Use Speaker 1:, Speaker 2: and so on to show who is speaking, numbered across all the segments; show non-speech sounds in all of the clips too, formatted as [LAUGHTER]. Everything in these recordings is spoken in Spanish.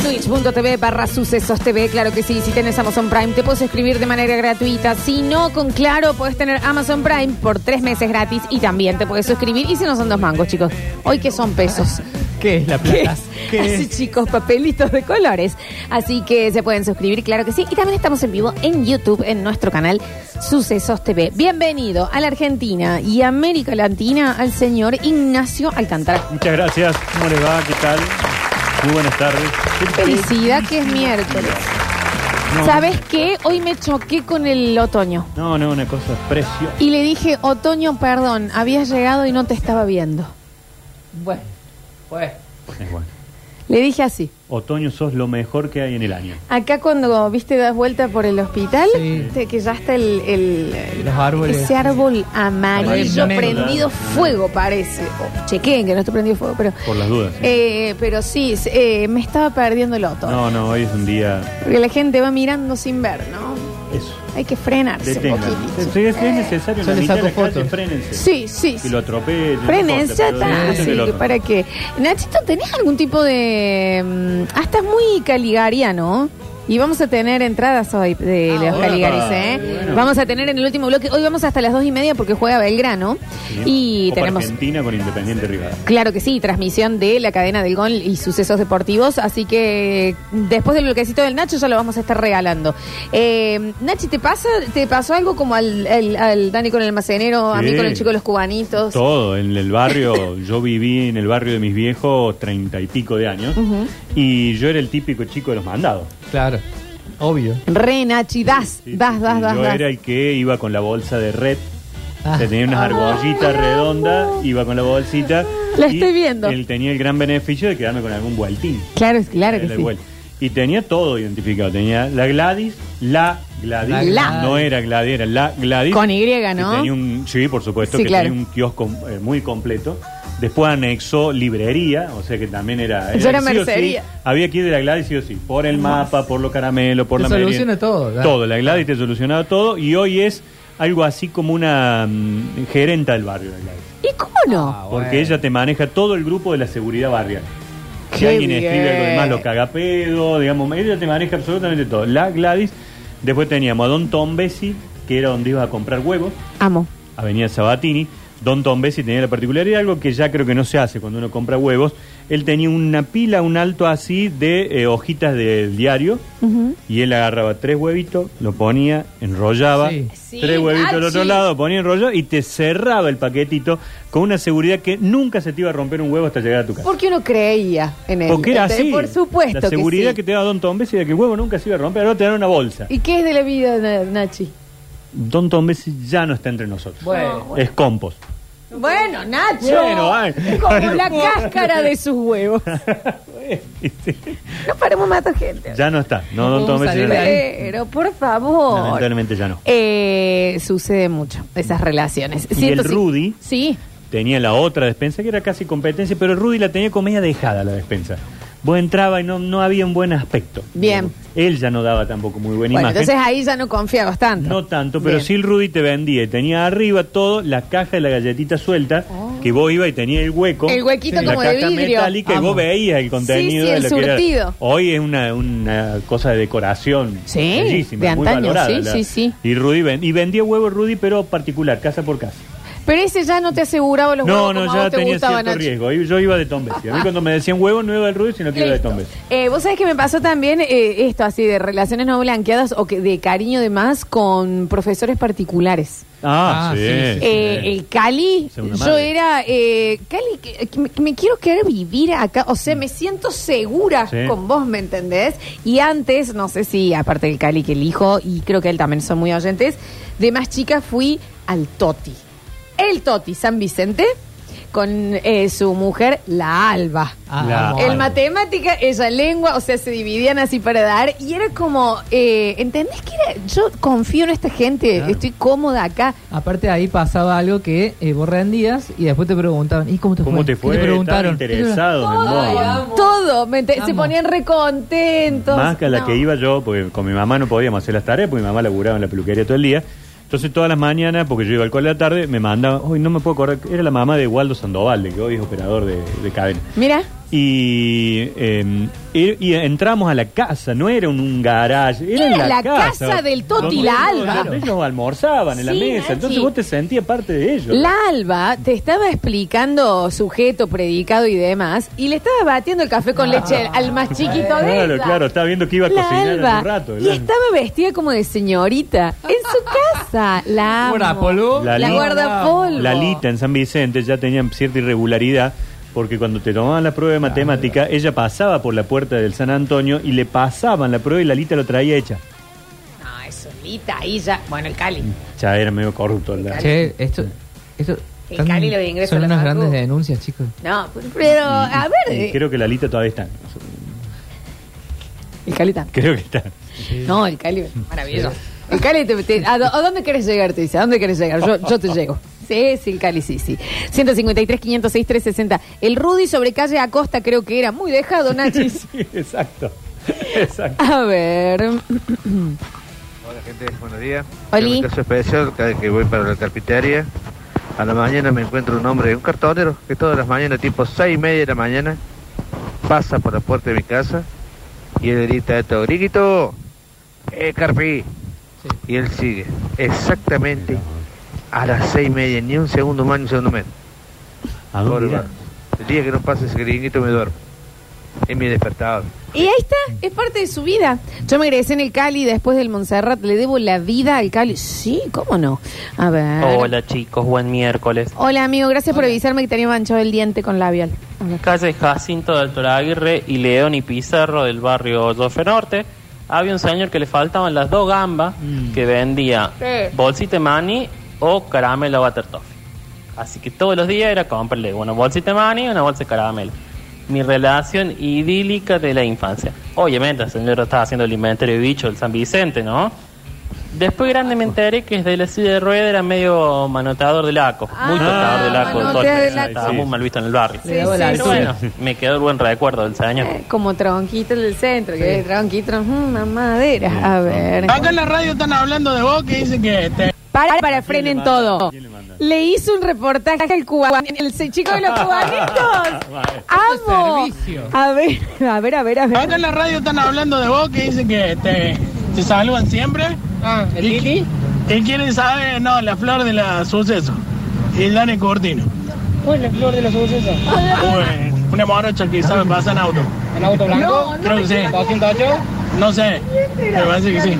Speaker 1: Twitch.tv barra sucesos TV, claro que sí. Si tenés Amazon Prime, te puedes escribir de manera gratuita. Si no, con claro, puedes tener Amazon Prime por tres meses gratis y también te puedes suscribir. Y si no son dos mangos, chicos. Hoy que son pesos.
Speaker 2: ¿Qué es la
Speaker 1: ¿Qué?
Speaker 2: plata? ¿Qué
Speaker 1: Así,
Speaker 2: es?
Speaker 1: chicos, papelitos de colores. Así que se pueden suscribir, claro que sí. Y también estamos en vivo en YouTube, en nuestro canal Sucesos TV. Bienvenido a la Argentina y América Latina al señor Ignacio Alcántara.
Speaker 3: Muchas gracias. ¿Cómo les va? ¿Qué tal? Muy buenas tardes.
Speaker 1: Felicidad que es miércoles.
Speaker 3: No,
Speaker 1: ¿Sabes qué? Hoy me choqué con el otoño.
Speaker 3: No, no, una cosa preciosa.
Speaker 1: Y le dije, otoño, perdón, habías llegado y no te estaba viendo.
Speaker 2: Bueno, pues.
Speaker 3: Es bueno.
Speaker 1: Le dije así.
Speaker 3: Otoño sos lo mejor que hay en el año.
Speaker 1: Acá cuando, viste, das vuelta por el hospital,
Speaker 2: Sí.
Speaker 1: te- que ya está el, el-
Speaker 2: Los árboles.
Speaker 1: ese árbol amarillo
Speaker 2: Amarillo negro.
Speaker 1: prendido fuego, parece. Oh, chequeen que no está prendido fuego, pero...
Speaker 3: Por las dudas. ¿sí?
Speaker 1: Eh, pero sí, s- eh, me estaba perdiendo el otoño.
Speaker 3: No, no, hoy es un día.
Speaker 1: Porque la gente va mirando sin ver, ¿no?
Speaker 3: Eso.
Speaker 1: Hay que frenarse un
Speaker 3: Detengan.
Speaker 1: poquitito.
Speaker 3: Si es si es necesario, en
Speaker 2: Yo
Speaker 3: la
Speaker 2: le
Speaker 3: mitad de
Speaker 2: saco
Speaker 3: la calle,
Speaker 2: fotos.
Speaker 3: frénense.
Speaker 1: Sí, sí,
Speaker 3: Que
Speaker 1: sí.
Speaker 3: lo atropellen. no
Speaker 1: Frenen,
Speaker 3: importa,
Speaker 1: ya
Speaker 3: pero
Speaker 1: está.
Speaker 3: detengan
Speaker 1: Así
Speaker 3: el
Speaker 1: que
Speaker 3: otro.
Speaker 1: para qué. Nachito, ¿tenés algún tipo de. mm, Ah, estás muy caligariano. Y vamos a tener entradas hoy de los
Speaker 3: Ah, bueno.
Speaker 1: Caligaris, ¿eh?
Speaker 3: Bueno.
Speaker 1: Vamos a tener en el último bloque. Hoy vamos hasta las dos y media porque juega Belgrano.
Speaker 3: Sí.
Speaker 1: Y
Speaker 3: Copa
Speaker 1: tenemos.
Speaker 3: Argentina con Independiente Rivadavia.
Speaker 1: Claro que sí, transmisión de la cadena del Gol y sucesos deportivos. Así que mm, después del bloquecito del Nacho ya lo vamos a estar regalando. Eh, Nachi, ¿te pasa, te pasó algo como al, al- al Dani con el almacenero, a mí
Speaker 3: Sí.
Speaker 1: con el chico de los cubanitos?
Speaker 3: Todo, en
Speaker 1: [COUGHS]
Speaker 3: el barrio, yo viví en el barrio de mis viejos treinta y pico de años y yo era el típico chico de los mandados.
Speaker 2: Claro, obvio.
Speaker 1: Re, Nachi, das,
Speaker 3: Sí,
Speaker 1: das, das,
Speaker 3: sí, sí.
Speaker 1: das.
Speaker 3: Yo
Speaker 1: das.
Speaker 3: era el que iba con la bolsa de red.
Speaker 2: Ah.
Speaker 3: Se tenía unas argollitas redondas, iba con la bolsita.
Speaker 1: La
Speaker 3: y
Speaker 1: estoy viendo.
Speaker 3: Él tenía el gran beneficio de quedarme con algún vueltín.
Speaker 1: Claro, claro que
Speaker 3: Era el
Speaker 1: sí.
Speaker 3: vuel- Y tenía todo identificado. Tenía la Gladys, la Gladys.
Speaker 1: La.
Speaker 3: No era Gladys, era la Gladys.
Speaker 1: Con Y, ¿no?
Speaker 3: Y tenía un- sí, por supuesto,
Speaker 1: Sí,
Speaker 3: que
Speaker 1: claro.
Speaker 3: tenía un kiosco eh, muy completo. Después anexó librería, o sea que también era.
Speaker 1: Yo era
Speaker 3: sí o sí,
Speaker 1: mercería.
Speaker 3: había que ir de la Gladys, sí o sí. Por el mapa, por lo caramelo, por
Speaker 2: Te
Speaker 3: la
Speaker 2: soluciona
Speaker 3: merienda.
Speaker 2: todo, claro.
Speaker 3: Todo, la Gladys te solucionaba todo. Y hoy es algo así como una mm, gerenta del barrio, la Gladys.
Speaker 1: ¿Y cómo no?
Speaker 2: Ah, bueno.
Speaker 3: Porque ella te maneja todo el grupo de la seguridad barrial. Si
Speaker 1: Qué
Speaker 3: alguien escribe
Speaker 1: bien.
Speaker 3: algo de más, lo caga pedo, digamos, ella te maneja absolutamente todo. La Gladys, después teníamos a Don Tom Bessi, que era donde iba a comprar huevos.
Speaker 1: Amo.
Speaker 3: Avenida Sabatini. Don Tom Bessi tenía la particularidad, algo que ya creo que no se hace cuando uno compra huevos. Él tenía una pila, un alto así de eh, hojitas del diario. Y él agarraba tres huevitos, lo ponía, enrollaba.
Speaker 2: Sí.
Speaker 1: Sí,
Speaker 3: tres huevitos del otro
Speaker 1: Nachi.
Speaker 3: lado, ponía enrollado y te cerraba el paquetito con una seguridad que nunca se te iba a romper un huevo hasta llegar a tu casa.
Speaker 1: Porque uno creía en él.
Speaker 3: Porque era
Speaker 1: Este,
Speaker 3: así.
Speaker 1: Por supuesto.
Speaker 3: La seguridad que,
Speaker 1: que, sí.
Speaker 3: te daba Don Tom Bessi de que el huevo nunca se iba a romper. Ahora te dan una bolsa.
Speaker 1: ¿Y qué es de la vida, Na- Nachi?
Speaker 3: Don Tom Bessi ya no está entre nosotros.
Speaker 2: Bueno.
Speaker 3: Es compost. [LAUGHS]
Speaker 1: Bueno, Nacho.
Speaker 3: Bueno, ay.
Speaker 1: Como la cáscara de sus
Speaker 3: [LAUGHS]
Speaker 1: huevos. No paremos matar gente.
Speaker 3: este, Ya no está. No,
Speaker 2: No
Speaker 3: Don Tom
Speaker 2: podemos
Speaker 3: Messi
Speaker 2: salir
Speaker 3: no
Speaker 2: de
Speaker 3: está.
Speaker 2: ahí.
Speaker 1: Pero, por favor.
Speaker 3: Lamentablemente ya no.
Speaker 1: Eh, sucede mucho esas relaciones.
Speaker 3: Y
Speaker 1: Ciento
Speaker 3: el
Speaker 1: cin-
Speaker 3: Rudy.
Speaker 1: Sí.
Speaker 3: Tenía la otra despensa que era casi competencia, pero Rudy la tenía como media dejada la despensa. Vos entraba y no, no había un buen aspecto.
Speaker 1: Bien.
Speaker 3: Él ya no daba tampoco muy buena
Speaker 1: Bueno,
Speaker 3: imagen.
Speaker 1: entonces ahí ya no confiabas tanto.
Speaker 3: No tanto, pero
Speaker 1: Bien.
Speaker 3: sí el Rudy te vendía. y Tenía arriba todo, la caja de la galletita suelta, que vos ibas y tenía el hueco.
Speaker 1: Oh. El huequito
Speaker 3: la
Speaker 1: como de
Speaker 3: caja
Speaker 1: vidrio.
Speaker 3: metálica, y
Speaker 2: Amo.
Speaker 3: vos veías el contenido
Speaker 1: Sí, sí,
Speaker 3: de
Speaker 1: el
Speaker 3: lo que era.
Speaker 1: surtido.
Speaker 3: Hoy es una, una cosa de decoración
Speaker 1: Sí,
Speaker 3: bellísima,
Speaker 1: de
Speaker 3: muy
Speaker 1: antaño,
Speaker 3: valorada.
Speaker 1: sí, sí, sí.
Speaker 3: Y, Rudy ven- y vendía huevo Rudy, pero particular, casa por casa.
Speaker 1: Pero ese ya no te aseguraba los
Speaker 3: No,
Speaker 1: huevos
Speaker 3: no,
Speaker 1: como a
Speaker 3: ya
Speaker 1: vos te
Speaker 3: tenía
Speaker 1: gustaban. Ah.
Speaker 3: cierto riesgo. Y Yo iba de Tom Bessi. A mí cuando me decían huevo, no iba del Rudy, sino que iba de Tom Bessi.
Speaker 1: Eh, Vos sabés que me pasó también eh, esto así de relaciones no blanqueadas o que de cariño de más con profesores particulares.
Speaker 2: Ah,
Speaker 3: Ah, sí.
Speaker 2: sí, sí,
Speaker 3: sí.
Speaker 1: Eh, el Cali,
Speaker 3: Segunda
Speaker 1: yo
Speaker 3: madre.
Speaker 1: era eh, Cali, que, que me, que me quiero quedar a vivir acá, o sea, me siento segura
Speaker 3: Sí.
Speaker 1: con vos, ¿me entendés? Y antes, no sé si aparte del Cali que elijo, y creo que él también son muy oyentes, de más chica fui al Toti. El Toti, San Vicente, con eh, su mujer, la Alba.
Speaker 2: Ah,
Speaker 3: La-
Speaker 2: amo,
Speaker 1: El
Speaker 2: amo.
Speaker 1: matemática, ella lengua, o sea, se dividían así para dar. Y era como, eh, ¿entendés que era? Yo confío en esta gente,
Speaker 3: Claro.
Speaker 1: estoy cómoda acá.
Speaker 2: Aparte ahí pasaba algo que eh, vos rendías y después te preguntaban, ¿y cómo te
Speaker 3: ¿Cómo
Speaker 2: fue?
Speaker 3: te
Speaker 2: ¿Qué
Speaker 3: fue?
Speaker 2: Te preguntaron.
Speaker 3: Estaban interesados en vos.
Speaker 2: Ay, amo.
Speaker 1: Todo, me ente- se
Speaker 2: Amo.
Speaker 1: ponían recontentos.
Speaker 3: Más que a la
Speaker 1: No.
Speaker 3: que iba yo, porque con mi mamá no podíamos hacer las tareas, porque mi mamá laburaba en la peluquería todo el día. Entonces todas las mañanas, porque yo iba al cole de la tarde, me mandaba, hoy no me puedo acordar, era la mamá de Waldo Sandoval, de que hoy es operador de, de cadena.
Speaker 1: Mira,
Speaker 3: Y, eh, y- y entramos a la casa, no era un, un garage, era,
Speaker 1: Era
Speaker 3: en
Speaker 1: la casa del Toti,
Speaker 3: donde
Speaker 1: la
Speaker 3: ellos-
Speaker 1: Alba.
Speaker 3: Ellos almorzaban en la
Speaker 1: Sí,
Speaker 3: mesa,
Speaker 1: Nachi.
Speaker 3: entonces vos te sentías parte de ellos.
Speaker 1: La Alba te estaba explicando sujeto, predicado y demás, y le estaba batiendo el café con leche al más chiquito de
Speaker 3: Ah. Claro,
Speaker 1: ella.
Speaker 3: claro, estaba viendo que iba a
Speaker 1: La
Speaker 3: cocinar en
Speaker 1: Alba.
Speaker 3: un rato.
Speaker 1: Y estaba vestida como de señorita en su casa. La amo.
Speaker 2: Guardapolvo.
Speaker 1: La,
Speaker 3: La li-
Speaker 1: guardapolvo.
Speaker 3: La Lita en San Vicente ya tenían cierta irregularidad porque cuando te tomaban la prueba de matemática, ella pasaba por la puerta del San Antonio y le pasaban la prueba y la Lita lo traía hecha.
Speaker 1: No, es solita ahí ya. Bueno, el Cali.
Speaker 3: Ya era medio corrupto. la-
Speaker 2: Che, esto. esto
Speaker 1: El Cali lo de ingreso a
Speaker 2: son
Speaker 1: la
Speaker 2: unas
Speaker 1: facu.
Speaker 2: grandes denuncias, chicos.
Speaker 1: No, pero, pero, a ver.
Speaker 3: Y
Speaker 1: eh,
Speaker 3: Creo que la Lita todavía está.
Speaker 1: El Cali está.
Speaker 3: Creo que está.
Speaker 1: No, el Cali, maravilloso. El Cali, te, te- a, do- ¿a dónde querés llegar? Te dice, ¿a dónde querés llegar? Yo, yo te llego. Sí, sí, el Cali, sí, sí. 153, 506, 360. El Rudy sobre calle Acosta creo que era muy dejado, Nachis.
Speaker 3: Sí, [LAUGHS] exacto. Exacto.
Speaker 1: A ver.
Speaker 4: Hola gente, buenos días.
Speaker 1: Oli.
Speaker 4: Tengo Un caso especial, cada vez que voy para la carpintería, a la mañana me encuentro un hombre, un cartonero, que todas las mañanas, tipo seis y media de la mañana, pasa por la puerta de mi casa y él grita esto, griguito, eh, carpi. Y él sigue, exactamente a las seis y media, ni un segundo más, ni un segundo menos.
Speaker 5: Ah,
Speaker 3: ¿A dónde
Speaker 4: Pobre
Speaker 3: irá?
Speaker 4: vago. El día que no pase ese griguito me duermo. Es mi despertador.
Speaker 1: Y ahí está, es parte de su vida. Yo me egresé en el Cali después del Montserrat. Le debo la vida al Cali. Sí, cómo no. A ver.
Speaker 6: Hola chicos, buen miércoles.
Speaker 1: Hola, amigo. Gracias por avisarme que tenía manchado el diente con labial. A ver.
Speaker 6: Calle Jacinto de Alto Aguirre y León y Pizarro del barrio Jofe Norte, había un señor que le faltaban las dos gambas que vendía
Speaker 1: Sí.
Speaker 6: bolsita de maní o caramelo butter toffee. Así que todos los días era comprarle una bolsita de maní y una bolsa de caramelo. Mi relación idílica de la infancia. Obviamente el señor estaba haciendo el inventario de bicho del San Vicente, ¿no? Después grande me enteré que desde la silla de rueda era medio manotador del aco, muy
Speaker 1: Ah,
Speaker 6: tocador del aco,
Speaker 1: manoteador
Speaker 6: entonces,
Speaker 1: del aco.
Speaker 6: estaba muy mal visto en el barrio.
Speaker 1: Sí, sí,
Speaker 6: Pero
Speaker 1: sí.
Speaker 6: bueno, me quedó el buen recuerdo del señor.
Speaker 1: Eh, Como tronquito del centro, que es tronquito, mm, una madera. A ver.
Speaker 3: Ah.
Speaker 7: Acá en la radio están hablando de vos que dicen que te...
Speaker 1: Para, para, frenen
Speaker 3: manda?
Speaker 1: todo.
Speaker 3: ¿Quién le manda?
Speaker 1: Le hizo un reportaje al cubano, el se- chico de los cubanitos.
Speaker 3: [LAUGHS] Vale.
Speaker 1: ¡Amo!
Speaker 2: servicio.
Speaker 1: A ver, a ver, a ver, a ver.
Speaker 7: Acá en la radio están hablando de vos que dicen que te, te saludan siempre. Ah, ¿el Lili? Y quieren saber, no, la flor de la suceso. El Dani Cortino. ¿Cuál es la flor de la suceso? una morocha que sabe pasar en auto. ¿En auto blanco? Creo que sí. ¿208? No sé. Me parece que sí.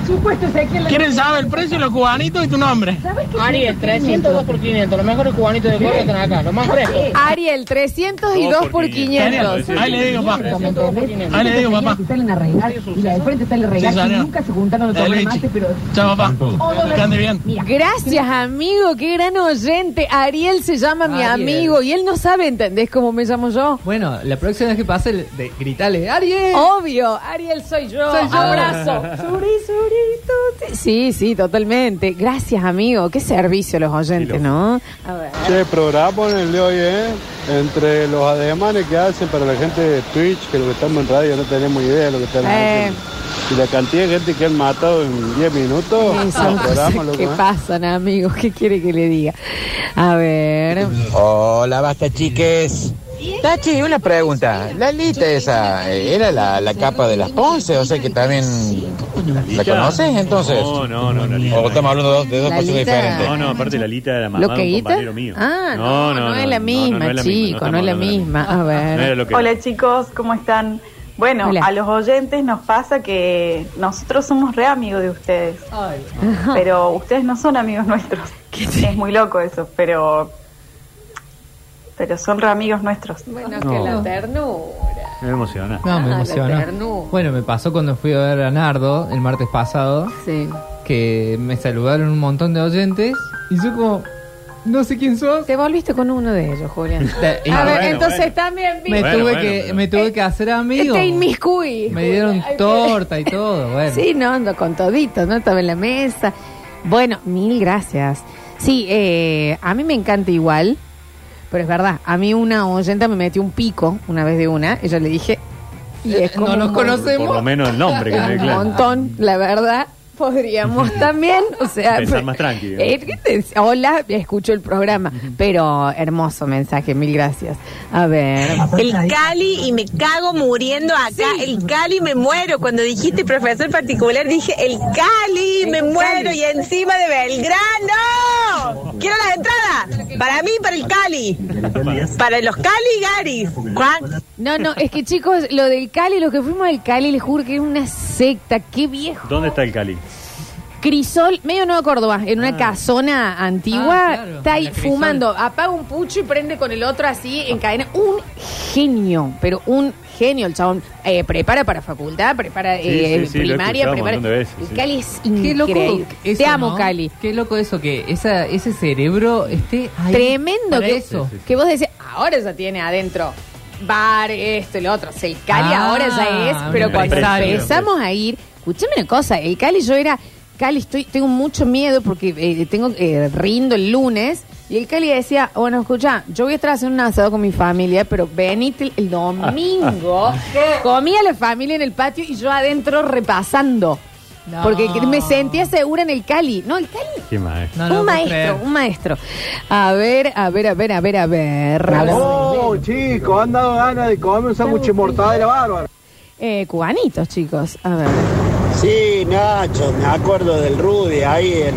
Speaker 7: Quieren saber el precio de los cubanitos y tu nombre. Ariel, 302 por 500. Los mejores cubanitos de Córdoba están acá, los más frescos.
Speaker 1: Ariel, 302 por 500.
Speaker 7: Ahí le digo, papá. Ahí le digo, papá.
Speaker 8: y la de frente está el
Speaker 7: Sí,
Speaker 8: regalo.
Speaker 7: señora.
Speaker 8: nunca se juntaron los
Speaker 7: La de
Speaker 8: tomates,
Speaker 7: leche.
Speaker 8: pero
Speaker 7: Chao, papá. Que ande bien.
Speaker 1: Gracias, amigo, qué gran oyente. Ariel se llama mi
Speaker 2: Ariel.
Speaker 1: amigo y él no sabe, ¿entendés cómo me llamo yo?
Speaker 2: Bueno, la próxima vez que pase, le- de- gritale, ¡Ariel!
Speaker 1: Oh, Obvio, Ariel soy yo.
Speaker 2: Soy yo.
Speaker 1: Abrazo. Suri, suri, tuti. Sí, sí, totalmente. Gracias, amigo. Qué servicio los oyentes,
Speaker 3: Sí, lo-
Speaker 1: ¿no? A ver.
Speaker 9: Che, programa en el de hoy, ¿eh? Entre los ademanes que hacen para la gente de Twitch, que lo que estamos en radio no tenemos idea de lo que están
Speaker 1: Eh.
Speaker 9: haciendo. Y la cantidad de gente que han matado en 10 minutos.
Speaker 1: Sí,
Speaker 9: el
Speaker 1: son cosas
Speaker 9: programa, loco,
Speaker 1: que
Speaker 9: ¿eh?
Speaker 1: pasan, amigos. ¿Qué quiere que le diga? A ver.
Speaker 10: Este
Speaker 5: Hola, basta chiques. Tachi, una pregunta. La lita esa, eh, ¿era la, la capa de las Ponce? O sea que también... ¿La conoces entonces?
Speaker 3: No, no, no, la Lita.
Speaker 5: O estamos hablando de, de dos
Speaker 1: La
Speaker 5: cosas
Speaker 1: Lita-
Speaker 5: diferentes.
Speaker 3: No, no, aparte la Lita era mamá
Speaker 1: ¿Lo que
Speaker 3: de un
Speaker 1: guita?
Speaker 3: compañero mío.
Speaker 1: Ah, no, no, es la misma,
Speaker 3: no, no es la misma,
Speaker 1: chico, no, es la
Speaker 3: estamos hablando de
Speaker 1: misma. A ver.
Speaker 3: No era lo que-
Speaker 11: Hola chicos, ¿cómo están? Bueno,
Speaker 1: Hola.
Speaker 11: a los oyentes nos pasa que nosotros somos re amigos de ustedes, pero ustedes no son amigos
Speaker 12: [LAUGHS]
Speaker 11: nuestros. Es muy loco eso, pero pero son re amigos nuestros.
Speaker 1: Bueno,
Speaker 3: que No. la
Speaker 1: ternura.
Speaker 3: Me emociona.
Speaker 2: No,
Speaker 1: Ah,
Speaker 2: me
Speaker 1: la
Speaker 2: emocionó.
Speaker 1: ternura.
Speaker 2: Bueno, me pasó cuando fui a ver a Nardo el martes pasado,
Speaker 1: Sí.
Speaker 2: que me saludaron un montón de oyentes y yo como, no sé quién sos.
Speaker 1: Te volviste con uno de ellos, Julián.
Speaker 2: Te- y-
Speaker 1: A ver,
Speaker 3: bueno,
Speaker 1: entonces
Speaker 3: bueno.
Speaker 1: también
Speaker 2: Me
Speaker 1: vi. Eh,
Speaker 3: Bueno,
Speaker 2: tuve
Speaker 3: bueno,
Speaker 2: que
Speaker 3: pero-
Speaker 2: me tuve que hacer amigo.
Speaker 1: Este inmiscuí.
Speaker 2: Me dieron
Speaker 1: Ay,
Speaker 2: torta y todo, bueno.
Speaker 1: Sí, no, ando con todito, ¿no? Estaba en la mesa. Bueno, mil gracias. Sí, eh, a mí me encanta igual, pero es verdad, a mí una oyenta me metió un pico una vez de una, y yo le dije, y es
Speaker 2: Eh, No
Speaker 1: como
Speaker 2: nos
Speaker 1: un-
Speaker 2: conocemos.
Speaker 3: Por lo menos el nombre que me
Speaker 1: un
Speaker 3: declara.
Speaker 1: montón, la verdad.
Speaker 3: [LAUGHS]
Speaker 1: Podríamos también, o sea...
Speaker 3: Pensar
Speaker 1: pero-
Speaker 3: más tranqui, digamos.
Speaker 1: Eh, ¿qué te dice? hola, escucho el programa, pero hermoso mensaje, mil gracias. A ver...
Speaker 12: El Cali y me cago muriendo acá. El Cali me muero. Cuando dijiste profesor particular dije el Cali me muero y encima de Belgrano. Quiero las entradas. Para mí, para el Cali. Para los Caligaris. Juan.
Speaker 1: No, no, es que chicos, lo del Cali, lo que fuimos al Cali, les juro que era una secta, qué viejo.
Speaker 3: ¿Dónde está el Cali?
Speaker 1: Crisol, medio Nueva Córdoba, en una
Speaker 2: Ah.
Speaker 1: casona antigua,
Speaker 3: Ah, claro,
Speaker 1: está ahí
Speaker 3: la Crisol.
Speaker 1: fumando, apaga un pucho y prende con el otro así en cadena. Un genio, pero un genio el chabón. Eh, prepara para facultad, prepara
Speaker 2: Sí,
Speaker 1: eh,
Speaker 2: sí, sí, lo he
Speaker 1: primaria,
Speaker 2: escuchado un
Speaker 1: prepara.
Speaker 2: montón de veces,
Speaker 1: el
Speaker 2: sí.
Speaker 1: Cali es
Speaker 2: Qué loco
Speaker 1: increíble.
Speaker 2: eso,
Speaker 1: Te amo,
Speaker 2: ¿no?
Speaker 1: Cali.
Speaker 2: Qué loco eso, que esa, ese cerebro esté ahí.
Speaker 1: Tremendo
Speaker 2: para
Speaker 1: que,
Speaker 2: eso.
Speaker 1: que vos decís, ahora ya tiene adentro bar, esto y lo otro. O sea, el Cali
Speaker 2: Ah,
Speaker 1: ahora ya es, pero
Speaker 2: un
Speaker 1: cuando
Speaker 2: empresario.
Speaker 1: empezamos a ir, escúchame una cosa, el Cali yo era, Cali, estoy, tengo mucho miedo porque eh, tengo eh, rindo el lunes. Y el Cali decía, bueno, escucha, yo voy a estar haciendo un asado con mi familia, pero venite el- el
Speaker 2: [LAUGHS]
Speaker 1: domingo. Comía la familia en el patio y yo adentro repasando.
Speaker 2: No.
Speaker 1: Porque me sentía segura en el Cali. No, el Cali
Speaker 3: Qué maestro.
Speaker 1: un maestro, un maestro. A ver, a ver, a ver, a ver, a ver. A ver.
Speaker 13: Oh, chicos, han dado ganas de comer un sándwich de mortadela bárbaro.
Speaker 1: Eh, cubanitos, chicos. A ver.
Speaker 14: Sí, Nacho, me acuerdo del Rudy ahí en,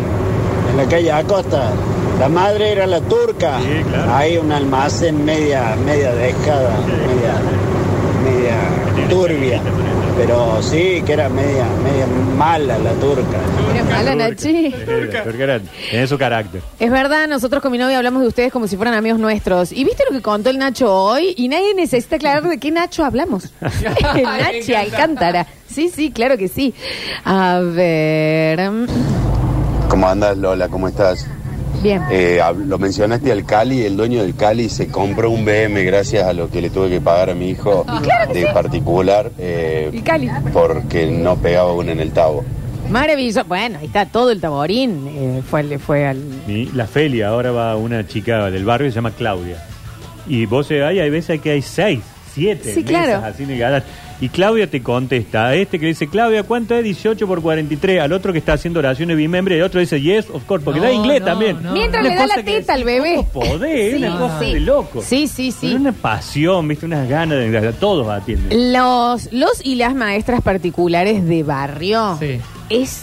Speaker 14: en la calle Acosta. La madre era la turca. Hay un almacén media, media descada, media, media turbia. Pero sí, que era media, media mala la turca.
Speaker 1: Mira, mala, Nachi.
Speaker 3: Porque era- Tiene su carácter.
Speaker 1: Es verdad, nosotros con mi novia hablamos de ustedes como si fueran amigos nuestros. ¿Y viste lo que contó el Nacho hoy? Y nadie necesita aclarar de qué Nacho hablamos. [LAUGHS]
Speaker 8: Me
Speaker 1: Nachi
Speaker 8: encanta.
Speaker 1: Alcántara. Sí, sí, claro que sí. A ver.
Speaker 10: ¿Cómo andas, Lola? ¿Cómo estás?
Speaker 1: Bien.
Speaker 10: Eh, hab- lo mencionaste al Cali, el dueño del Cali se compró un BM gracias a lo que le tuve que pagar a mi hijo
Speaker 1: claro que
Speaker 10: de
Speaker 1: sí.
Speaker 10: particular eh,
Speaker 1: El Cali.
Speaker 10: porque no pegaba uno en el tabo.
Speaker 1: Maravilloso. Bueno, ahí está todo el taborín. Eh, fue, al- fue al
Speaker 3: Y la feria, ahora va una chica del barrio, se llama Claudia. Y vos eh, ahí hay veces que hay seis, siete
Speaker 1: Sí,
Speaker 3: mesas
Speaker 1: claro.
Speaker 3: así en el garage. Y Claudia te contesta, a este que le dice, Claudia, ¿cuánto es 18 por 43? Al otro que está haciendo oraciones bimembre, el otro dice, yes, of course, porque
Speaker 1: No,
Speaker 3: da inglés
Speaker 1: no,
Speaker 3: también.
Speaker 1: Mientras
Speaker 3: Una
Speaker 1: le da
Speaker 3: cosa
Speaker 1: la
Speaker 3: que
Speaker 1: teta al bebé.
Speaker 3: podés,
Speaker 1: Sí,
Speaker 3: una cosa
Speaker 1: sí.
Speaker 3: de loco.
Speaker 1: Sí, sí, sí.
Speaker 3: Pero una pasión, viste, unas ganas de... Todos atienden.
Speaker 1: Los, los y las maestras particulares de barrio es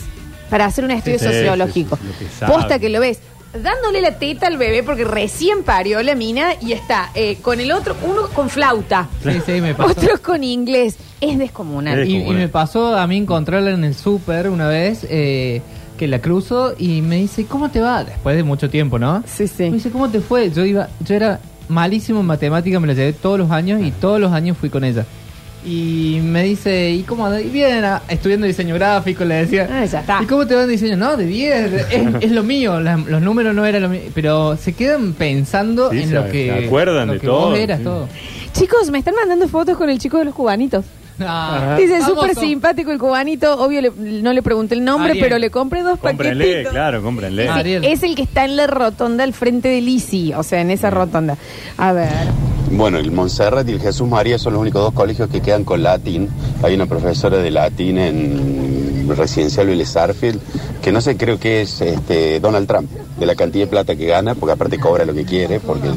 Speaker 1: para hacer un estudio
Speaker 3: Sí, sí,
Speaker 1: sociológico.
Speaker 3: sí, sí, lo que sabe.
Speaker 1: Posta que lo ves dándole la teta al bebé porque recién parió la mina y está eh, con el otro, uno con flauta,
Speaker 2: Sí,
Speaker 1: [LAUGHS]
Speaker 2: sí, me pasó.
Speaker 1: otro con inglés. Es descomunal.
Speaker 2: Y, y me pasó a mí encontrarla en el súper una vez, eh, que la cruzo y me dice, ¿cómo te va? Después de mucho tiempo, ¿no?
Speaker 1: Sí, sí.
Speaker 2: Me dice, ¿cómo te fue? Yo iba, yo era malísimo en matemática, me la llevé todos los años
Speaker 1: Ah.
Speaker 2: y todos los años fui con ella. Y me dice, ¿y cómo andas? Y bien, ah, estudiando diseño gráfico, le decía.
Speaker 1: Ah,
Speaker 2: ¿Y cómo te va en diseño? No, de
Speaker 1: [LAUGHS]
Speaker 2: 10, es, es lo mío, la- los números no eran lo mío. Pero se quedan pensando
Speaker 3: Sí,
Speaker 2: en
Speaker 3: se-
Speaker 2: lo que.
Speaker 3: se acuerdan
Speaker 2: lo
Speaker 3: de
Speaker 2: que vos
Speaker 3: todo,
Speaker 2: eras,
Speaker 3: sí.
Speaker 2: todo.
Speaker 1: Chicos, me están mandando fotos con el chico de los cubanitos.
Speaker 2: Ah.
Speaker 1: Dice,
Speaker 2: Famoso. Ah,
Speaker 1: súper simpático el cubanito. Obvio, le- no le pregunté el nombre,
Speaker 3: Ariel.
Speaker 1: pero le compré dos
Speaker 3: Cómprenle,
Speaker 1: paquetitos.
Speaker 3: claro, cómprenle.
Speaker 1: Sí, es el que está en la rotonda al frente del ICI, o sea, en esa rotonda. A ver.
Speaker 10: Bueno, el Montserrat y el Jesús María son los únicos dos colegios que quedan con latín. Hay una profesora de latín en Residencial Vélez Arfield, que no sé, creo que es este, Donald Trump, de la cantidad de plata que gana, porque aparte cobra lo que quiere, porque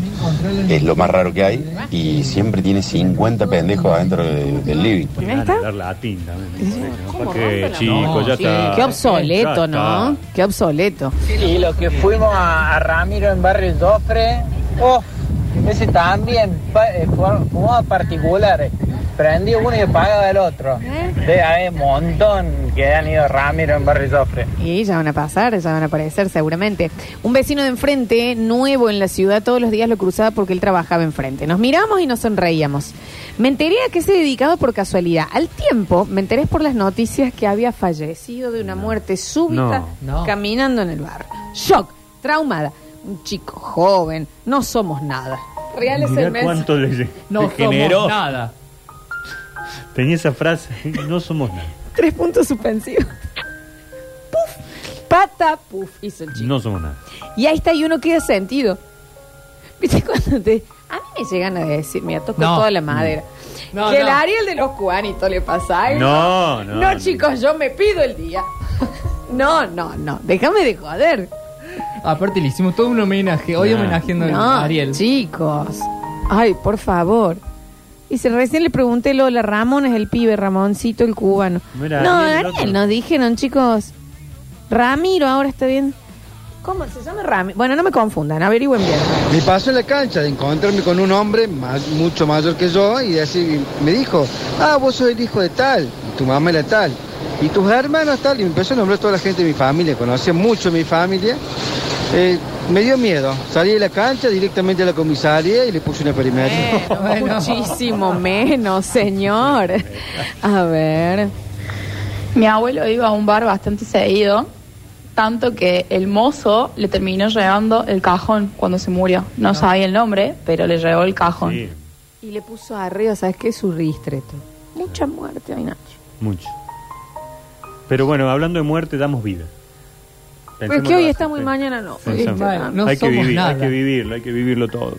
Speaker 10: es lo más raro que hay, y siempre tiene 50 pendejos adentro del, del living.
Speaker 3: Van a hablar latín también. Porque
Speaker 1: rompe la
Speaker 3: chico,
Speaker 1: boca?
Speaker 3: ya
Speaker 1: Sí,
Speaker 3: está.
Speaker 1: Qué
Speaker 3: Ya
Speaker 1: obsoleto,
Speaker 3: está.
Speaker 1: ¿no? Qué obsoleto.
Speaker 15: Y lo que fuimos a, a Ramiro en Barrio Dofre, oh, ese también, pa- eh, fu- fuimos a particulares, eh. prendió uno y apagaba el otro. De hay un montón que han ido a Ramiro en Barrio Dofre.
Speaker 1: Y ya van a pasar, ya van a aparecer seguramente. Un vecino de enfrente, nuevo en la ciudad, todos los días lo cruzaba porque él trabajaba enfrente. Nos miramos y nos sonreíamos. Me enteré a qué se dedicaba por casualidad. Al tiempo, me enteré por las noticias que había fallecido de una muerte súbita
Speaker 8: No. No.
Speaker 1: caminando en el barrio. Shock, traumada. Un chico joven, no somos nada. Real es
Speaker 3: Mirá
Speaker 1: el mes.
Speaker 3: cuánto le,
Speaker 1: No
Speaker 3: [LAUGHS] le
Speaker 1: somos
Speaker 3: generó.
Speaker 2: nada.
Speaker 3: Tenía esa frase, [LAUGHS] no somos nada.
Speaker 1: Tres puntos suspensivos. [LAUGHS] Puf, pata, puf, hizo el chico.
Speaker 3: No somos nada.
Speaker 1: Y ahí está y uno queda sentido. ¿Viste cuando te.? A mí me llegan a decir, mira, toco
Speaker 3: No.
Speaker 1: toda la madera.
Speaker 8: No,
Speaker 1: que el
Speaker 8: no.
Speaker 1: Ariel de los cubanitos le pasa algo.
Speaker 8: No, no,
Speaker 1: No,
Speaker 8: no.
Speaker 1: chicos, yo me pido el día. [LAUGHS] No, no, no. Déjame de joder.
Speaker 2: Aparte le hicimos todo un homenaje. Hoy
Speaker 1: No.
Speaker 2: homenajeando
Speaker 1: No,
Speaker 2: a Ariel.
Speaker 1: Chicos. Ay, por favor. Y se recién le pregunté Lola Ramón es el pibe, Ramoncito el cubano.
Speaker 3: Mira,
Speaker 1: no,
Speaker 3: Ariel, el
Speaker 1: Ariel,
Speaker 3: otro.
Speaker 1: nos dijeron, chicos. Ramiro ahora está bien. ¿Cómo se llama Ramiro? Bueno, no me confundan, averigüen bien.
Speaker 16: Mi paso en la cancha de encontrarme con un hombre más- mucho mayor que yo y decir, me dijo, ah, vos sos el hijo de tal, y tu mamá era tal, y tus hermanos tal, y me empezó a nombrar toda la gente de mi familia, conocía mucho mi familia. Eh, me dio miedo, salí de la cancha directamente a la comisaría y le puse una perimetra.
Speaker 1: Muchísimo menos, señor. A ver.
Speaker 17: Mi abuelo iba a un bar bastante seguido, tanto que el mozo le terminó llevando el cajón cuando se murió. No sabía el nombre, pero le llevó el cajón.
Speaker 1: Y le puso arriba, ¿sabes qué? Su ristreto. Mucha muerte, ay, Nacho.
Speaker 3: Mucho. Pero bueno, hablando de muerte, damos vida.
Speaker 1: Pero es
Speaker 3: Pensemos
Speaker 1: que hoy
Speaker 3: en
Speaker 1: está
Speaker 3: eso,
Speaker 1: muy
Speaker 3: sí.
Speaker 1: mañana, no.
Speaker 3: Pensemos.
Speaker 1: Hoy está-
Speaker 2: no
Speaker 3: hay que
Speaker 2: somos
Speaker 3: vivir, hay
Speaker 2: nada.
Speaker 3: que vivirlo, hay que vivirlo todo.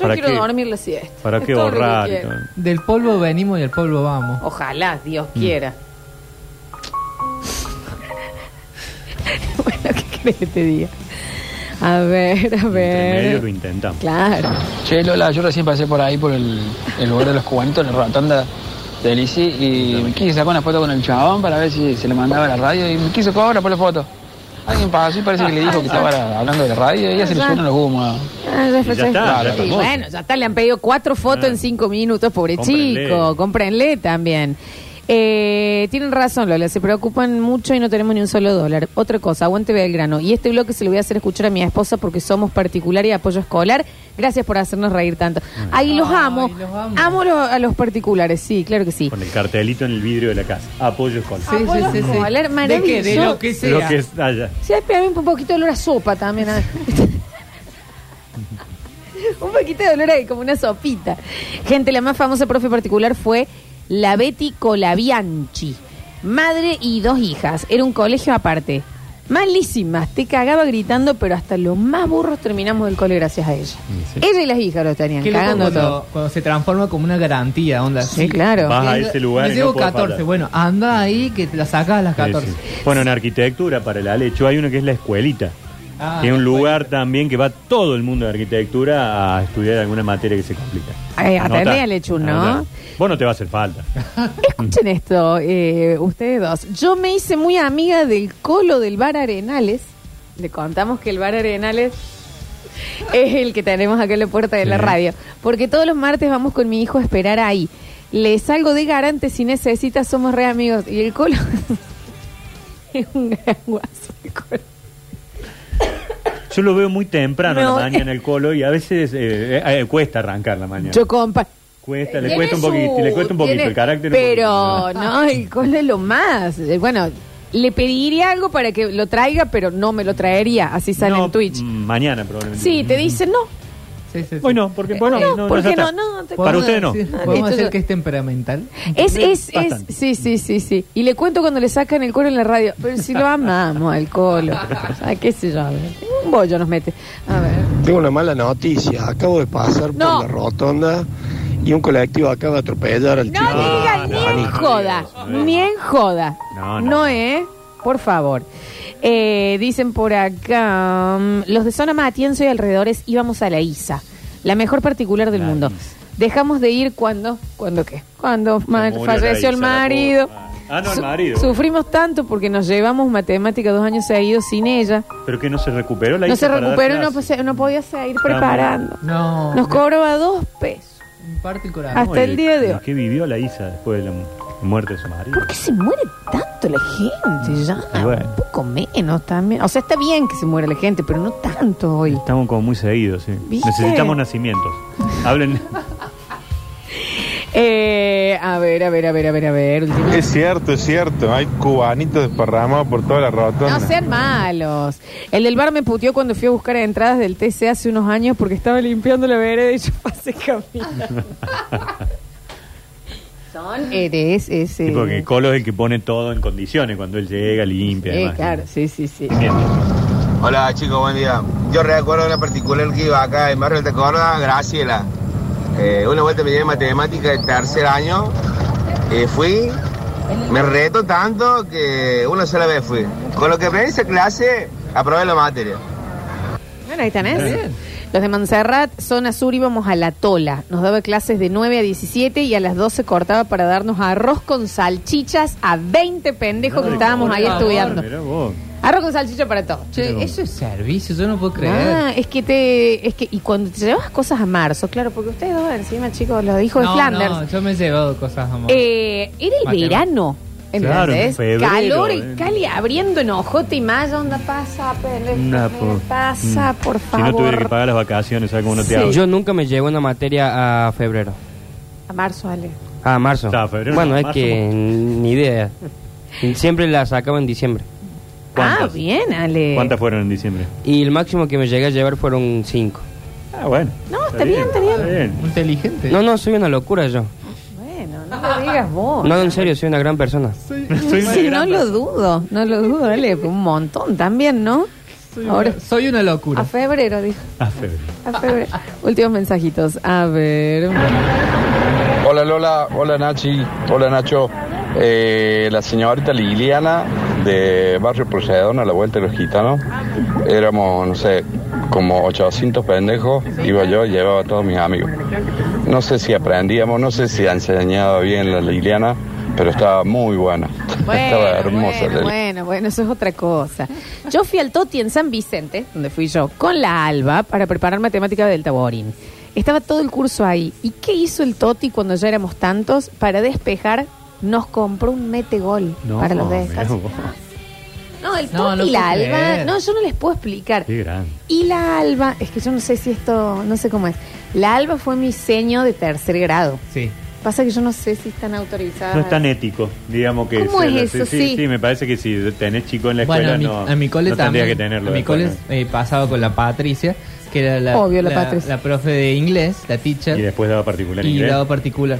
Speaker 1: Yo quiero dormir la siesta.
Speaker 3: ¿Para
Speaker 1: Es
Speaker 3: qué
Speaker 1: todo lo que
Speaker 3: ahorrar y
Speaker 1: quiero.
Speaker 3: todo? Mm.
Speaker 2: Del polvo venimos y del polvo vamos.
Speaker 1: Ojalá, Dios
Speaker 3: [LAUGHS]
Speaker 1: quiera. bueno, ¿qué crees que te diga? A ver, a ver.
Speaker 3: medio lo intentamos.
Speaker 1: Claro.
Speaker 18: Che, Lola, yo recién pasé por ahí, por el, el lugar de los cubanitos, la rotonda de Lisi, y me quise sacar una foto con el chabón para ver si se le mandaba a la radio, y me quiso cobrar por la foto. Alguien pasó y parece que le dijo que estaba hablando de la radio, y ya se le subieron los humos.
Speaker 1: Ah, ya fue-
Speaker 18: Y ya está,
Speaker 1: Claro,
Speaker 18: ya está
Speaker 1: y
Speaker 18: famoso.
Speaker 1: bueno, ya está, le han pedido cuatro fotos en cinco minutos, pobre
Speaker 18: Cómprenle.
Speaker 1: chico, cómprenle también. Eh, tienen razón, Lola, se preocupan mucho y no tenemos ni un solo dólar. Otra cosa, aguante Belgrano. Y este bloque se lo voy a hacer escuchar a mi esposa porque somos particular y apoyo escolar. Gracias por hacernos reír tanto. Ahí los amo. amo. lo- a los particulares, sí, claro que sí.
Speaker 3: Con el cartelito en el vidrio de la casa. Apoyo con.
Speaker 1: sí, Apoyo sí, sí. escolar, maravilloso.
Speaker 2: De lo que sea.
Speaker 3: Lo que es allá.
Speaker 1: Sí, hay pe- un poquito de olor a sopa también. a- un poquito de olor a como una sopita. Gente, la más famosa profe particular fue la Betty Colabianchi. Madre y dos hijas. Era un colegio aparte. Malísimas. Te cagaba gritando, pero hasta los más burros terminamos del cole gracias a ella. Ella y las hijas lo tenían,
Speaker 2: Qué loco
Speaker 1: cagando
Speaker 2: cuando,
Speaker 1: todo.
Speaker 2: cuando se transforma como una garantía, onda.
Speaker 1: Sí, claro.
Speaker 3: Vas a ese lugar
Speaker 2: Me
Speaker 3: y
Speaker 2: llevo
Speaker 3: no podés
Speaker 2: 14.
Speaker 3: fallar.
Speaker 2: Bueno, anda ahí que te la sacas a las 14.
Speaker 3: Sí, sí. Bueno, en arquitectura, para el Alecho, hay uno que es la escuelita.
Speaker 2: Ah,
Speaker 3: que es un lugar también que va todo el mundo de arquitectura a estudiar alguna materia que se complica.
Speaker 1: Ay, atendé
Speaker 3: Anotá,
Speaker 1: al Alechu, ¿no?
Speaker 3: anotá. Vos no te va a hacer falta.
Speaker 1: Escuchen esto, eh, ustedes dos. Yo me hice muy amiga del colo del bar Arenales. Le contamos que el bar Arenales [LAUGHS] es el que tenemos acá en la puerta de la
Speaker 19: Sí.
Speaker 1: radio. Porque todos los martes vamos con mi hijo a esperar ahí. Le salgo de garante si necesitas, somos re amigos. Y el colo [LAUGHS] es un gran guaso. el colo.
Speaker 3: Yo lo veo muy temprano
Speaker 1: No,
Speaker 3: a la mañana el colo y a veces eh, eh, eh, cuesta arrancar la mañana.
Speaker 1: Yo compa.
Speaker 3: Cuesta, le
Speaker 1: Tiene
Speaker 3: cuesta un
Speaker 1: su-
Speaker 3: poquito, le cuesta un poquito
Speaker 1: tiene-
Speaker 3: el carácter. un
Speaker 1: Pero
Speaker 3: poquito.
Speaker 1: no, el colo es lo más. Eh, Bueno, le pediría algo para que lo traiga, pero no me lo traería. Así sale en Twitch.
Speaker 3: Mm, Mañana probablemente.
Speaker 1: Sí, te dicen no.
Speaker 3: Bueno, porque bueno,
Speaker 1: No,
Speaker 3: no,
Speaker 1: porque
Speaker 3: ya
Speaker 1: no,
Speaker 3: está.
Speaker 1: no, te-
Speaker 3: Para ustedes no.
Speaker 1: Ah,
Speaker 2: ¿Podemos
Speaker 1: listo,
Speaker 2: decir
Speaker 1: yo-
Speaker 2: que es temperamental?
Speaker 1: Es, es, es,
Speaker 2: Bastante.
Speaker 1: sí, sí, sí, sí. Y le cuento cuando le sacan el colo en la radio. Pero si lo amamos, al
Speaker 3: [LAUGHS]
Speaker 1: colo. Ah, qué sé yo. a ver. Un bollo nos mete. A ver.
Speaker 20: Tengo una mala noticia. Acabo de pasar
Speaker 1: No.
Speaker 20: por la rotonda y un colectivo acaba de atropellar al
Speaker 1: No
Speaker 20: tipo.
Speaker 1: digan, ni en joda, ni en joda.
Speaker 20: No,
Speaker 1: No, no.
Speaker 20: no.
Speaker 1: ¿eh? Por favor. Eh, dicen por acá, mm, los de zona Matienzo y alrededores íbamos a la ISA, la mejor particular del mundo. Dejamos de ir cuando, cuando qué? Cuando ma-
Speaker 3: murió la
Speaker 1: falleció el
Speaker 3: Isa, la
Speaker 1: marido.
Speaker 3: Ah, no, el
Speaker 1: Su-
Speaker 3: marido.
Speaker 1: Sufrimos tanto porque nos llevamos matemática dos años seguidos sin ella.
Speaker 3: Pero que no se recuperó la
Speaker 1: No
Speaker 3: Isa
Speaker 1: se
Speaker 3: para dar
Speaker 1: recuperó y no,
Speaker 3: clase.
Speaker 1: pose- no podía seguir preparando.
Speaker 2: No. Ah,
Speaker 1: Nos cobraba dos pesos.
Speaker 2: Parte el corazón.
Speaker 1: Hasta el día de hoy.
Speaker 3: ¿Qué vivió la Isa después de la mu- muerte de su marido?
Speaker 1: ¿Por qué se muere tanto la gente ya?
Speaker 3: Y bueno,
Speaker 1: Un poco menos también. O sea, está bien que se muera la gente, pero no tanto hoy.
Speaker 3: estamos como muy seguidos, sí.
Speaker 1: ¿Viste?
Speaker 3: Necesitamos nacimientos.
Speaker 1: [LAUGHS]
Speaker 3: Hablen.
Speaker 1: Eh, a ver, a ver, a ver, a ver, a ver. último.
Speaker 21: Es cierto, es cierto. Hay cubanitos desparramados por toda la rotonda.
Speaker 1: No sean malos. El del bar me puteó cuando fui a buscar entradas del TC hace unos años porque estaba limpiando la vereda y yo [LAUGHS] pasé
Speaker 3: [LAUGHS]
Speaker 1: caminando. Son eres ese.
Speaker 3: Sí, porque Colo es el que pone todo en condiciones cuando él llega, limpia.
Speaker 1: Eh,
Speaker 3: además.
Speaker 1: claro, sí, sí, sí.
Speaker 22: Hola chicos, buen día. Yo recuerdo una particular que iba acá en Barrio de Córdoba, Graciela. Eh, una vuelta me llevé matemática de tercer año. eh, fui Me reto tanto que una sola vez fui. Con lo que aprendí en esa clase, aprobé la materia.
Speaker 1: Bueno, ahí tenés.
Speaker 22: Bien.
Speaker 1: Los de Montserrat, zona sur, íbamos a la tola. Nos daba clases de 9 a 17 y a las 12 cortaba para darnos arroz con salchichas a 20 pendejos que estábamos ahí estudiando.
Speaker 3: Mirá vos.
Speaker 1: Arroz con salchicha para todo.
Speaker 2: Che, eso es servicio, yo no puedo creer.
Speaker 1: Ah, es que te. Es que, y cuando te llevas cosas a marzo, claro, porque ustedes dos encima, chicos, lo dijo de
Speaker 2: no,
Speaker 1: Flanders.
Speaker 2: No, yo me he llevado cosas, amor.
Speaker 1: Eh, era
Speaker 3: Ah,
Speaker 1: el
Speaker 2: Matemática.
Speaker 1: verano.
Speaker 2: Claro, en
Speaker 1: ¿entendés?
Speaker 2: febrero,
Speaker 1: Calor y
Speaker 2: eh.
Speaker 1: Cali abriendo en ojote y malla. Onda pasa, pendejo,
Speaker 4: Nah,
Speaker 1: me
Speaker 4: por-
Speaker 1: pasa, por favor.
Speaker 3: mm. Si no tuviera que pagar las vacaciones, ¿sabes cómo no te hago?
Speaker 4: Yo nunca me llevo una materia a febrero.
Speaker 1: A marzo, Ale.
Speaker 4: A marzo.
Speaker 3: Está, febrero,
Speaker 4: bueno,
Speaker 3: no,
Speaker 4: es
Speaker 3: marzo,
Speaker 4: que ni idea. Siempre la sacaba en diciembre.
Speaker 1: Ah, bien, Ale.
Speaker 3: ¿Cuántas fueron en diciembre?
Speaker 4: Y el máximo que me llegué a llevar fueron cinco.
Speaker 3: Ah, bueno.
Speaker 1: No, está bien, está bien.
Speaker 3: Inteligente.
Speaker 4: No, no, soy una locura yo.
Speaker 1: Bueno, no lo digas vos.
Speaker 4: No, en serio, soy una gran persona.
Speaker 1: Sí, no lo dudo, no lo dudo, Ale. Un montón también, ¿no? Ahora, Ah,
Speaker 2: Soy una locura.
Speaker 1: a febrero, dijo.
Speaker 3: A Ah, febrero.
Speaker 1: A febrero. Últimos mensajitos. A ver.
Speaker 19: Hola Lola, hola Nachi, hola Nacho. Eh, la señorita Liliana de Barrio Procedón a la vuelta de los gitanos. Éramos, no sé, como 800 pendejos. Iba yo y llevaba a todos mis amigos. No sé si aprendíamos, no sé si enseñaba bien la Liliana, pero estaba muy buena. [LAUGHS] estaba hermosa.
Speaker 1: Bueno,
Speaker 19: la-
Speaker 1: bueno, bueno, eso es otra cosa. Yo fui al Toti en San Vicente, donde fui yo, con la Alba para preparar matemática del Taborín. Estaba todo el curso ahí. ¿Y qué hizo el Toti cuando ya éramos tantos? Para despejar, nos compró un metegol
Speaker 3: No,
Speaker 1: para los
Speaker 3: mirá
Speaker 1: de
Speaker 3: vos.
Speaker 1: No, el
Speaker 3: No,
Speaker 1: Toti
Speaker 3: no
Speaker 1: y la
Speaker 3: puedo
Speaker 1: Alba.
Speaker 3: creer.
Speaker 1: No, yo no les puedo explicar.
Speaker 3: Qué grande.
Speaker 1: Y la Alba, es que yo no sé si esto, no sé cómo es. La Alba fue mi seño de tercer grado.
Speaker 3: Sí.
Speaker 1: Pasa que yo no sé si están autorizadas.
Speaker 3: No es tan ético, digamos que.
Speaker 1: ¿Cómo
Speaker 3: se-
Speaker 1: es eso?
Speaker 3: Sí,
Speaker 1: Sí.
Speaker 3: sí, me parece que si tenés chico en la
Speaker 2: Bueno,
Speaker 3: escuela
Speaker 2: a mi,
Speaker 3: no,
Speaker 2: a mi cole
Speaker 3: no
Speaker 2: también.
Speaker 3: tendría que tenerlo.
Speaker 2: a mi
Speaker 3: después,
Speaker 2: cole eh, pasaba con la Patricia, que era la,
Speaker 1: Obvio, la Patricia.
Speaker 2: la profe de inglés, la teacher.
Speaker 3: ¿no? Y después daba particular
Speaker 2: y
Speaker 3: inglés.
Speaker 2: daba particular.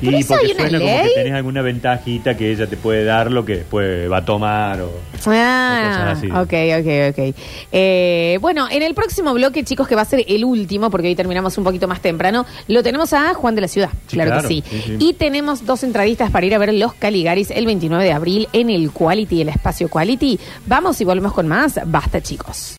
Speaker 1: pero
Speaker 3: y
Speaker 1: eso hay
Speaker 3: porque
Speaker 1: una
Speaker 3: suena como que
Speaker 1: ley.
Speaker 3: tenés alguna ventajita que ella te puede dar lo que después va a tomar o.
Speaker 1: Ah,
Speaker 3: O cosas así.
Speaker 1: ok, ok, ok. Eh, bueno, en el próximo bloque, chicos, que va a ser el último, porque hoy terminamos un poquito más temprano, lo tenemos a Juan de la Ciudad,
Speaker 23: Sí,
Speaker 1: claro,
Speaker 23: claro,
Speaker 1: que sí.
Speaker 23: sí, sí.
Speaker 1: Y tenemos dos entradistas para ir a ver los Caligaris el 29 de abril en el Quality, el espacio Quality. Vamos y volvemos con más. Basta, chicos.